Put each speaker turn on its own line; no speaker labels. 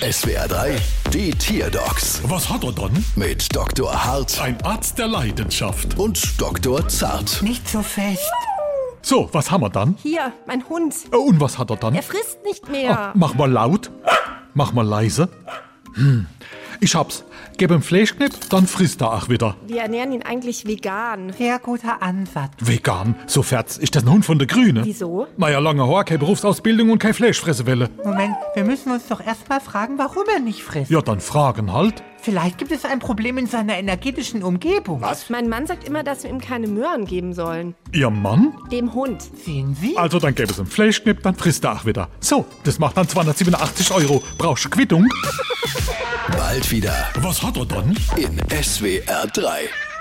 SWR 3, die Tierdocs
Was hat er dann?
mit Dr. Hart
Ein Arzt der Leidenschaft.
und Dr. Zart.
Nicht so fest.
So, was haben wir dann?
Hier, mein Hund.
Äh, Und was hat er dann? Oh,
Er frisst nicht mehr.
Mach mal laut. Mach mal leise. Hm. Ich hab's. Gib ihm Fleischknepp, dann frisst er auch wieder.
Wir ernähren ihn eigentlich vegan.
Sehr guter Ansatz.
Vegan, so fertig. Ist das ein Hund von der Grüne?
Wieso?
Naja, lange Haar, keine Berufsausbildung und keine Fleischfressewelle.
Moment, wir müssen uns doch erstmal fragen, warum er nicht frisst.
Ja, dann fragen halt.
Vielleicht gibt es ein Problem in seiner energetischen Umgebung. Was?
Mein Mann sagt immer, dass wir ihm keine Möhren geben sollen.
Ihr Mann?
Dem Hund.
Sehen Sie?
Also, dann gäbe es einen Fleischknepp, dann frisst er auch wieder. So, das macht dann 287 Euro. Brauchst du Quittung?
Bald wieder
Was hat er dann?
in SWR 3.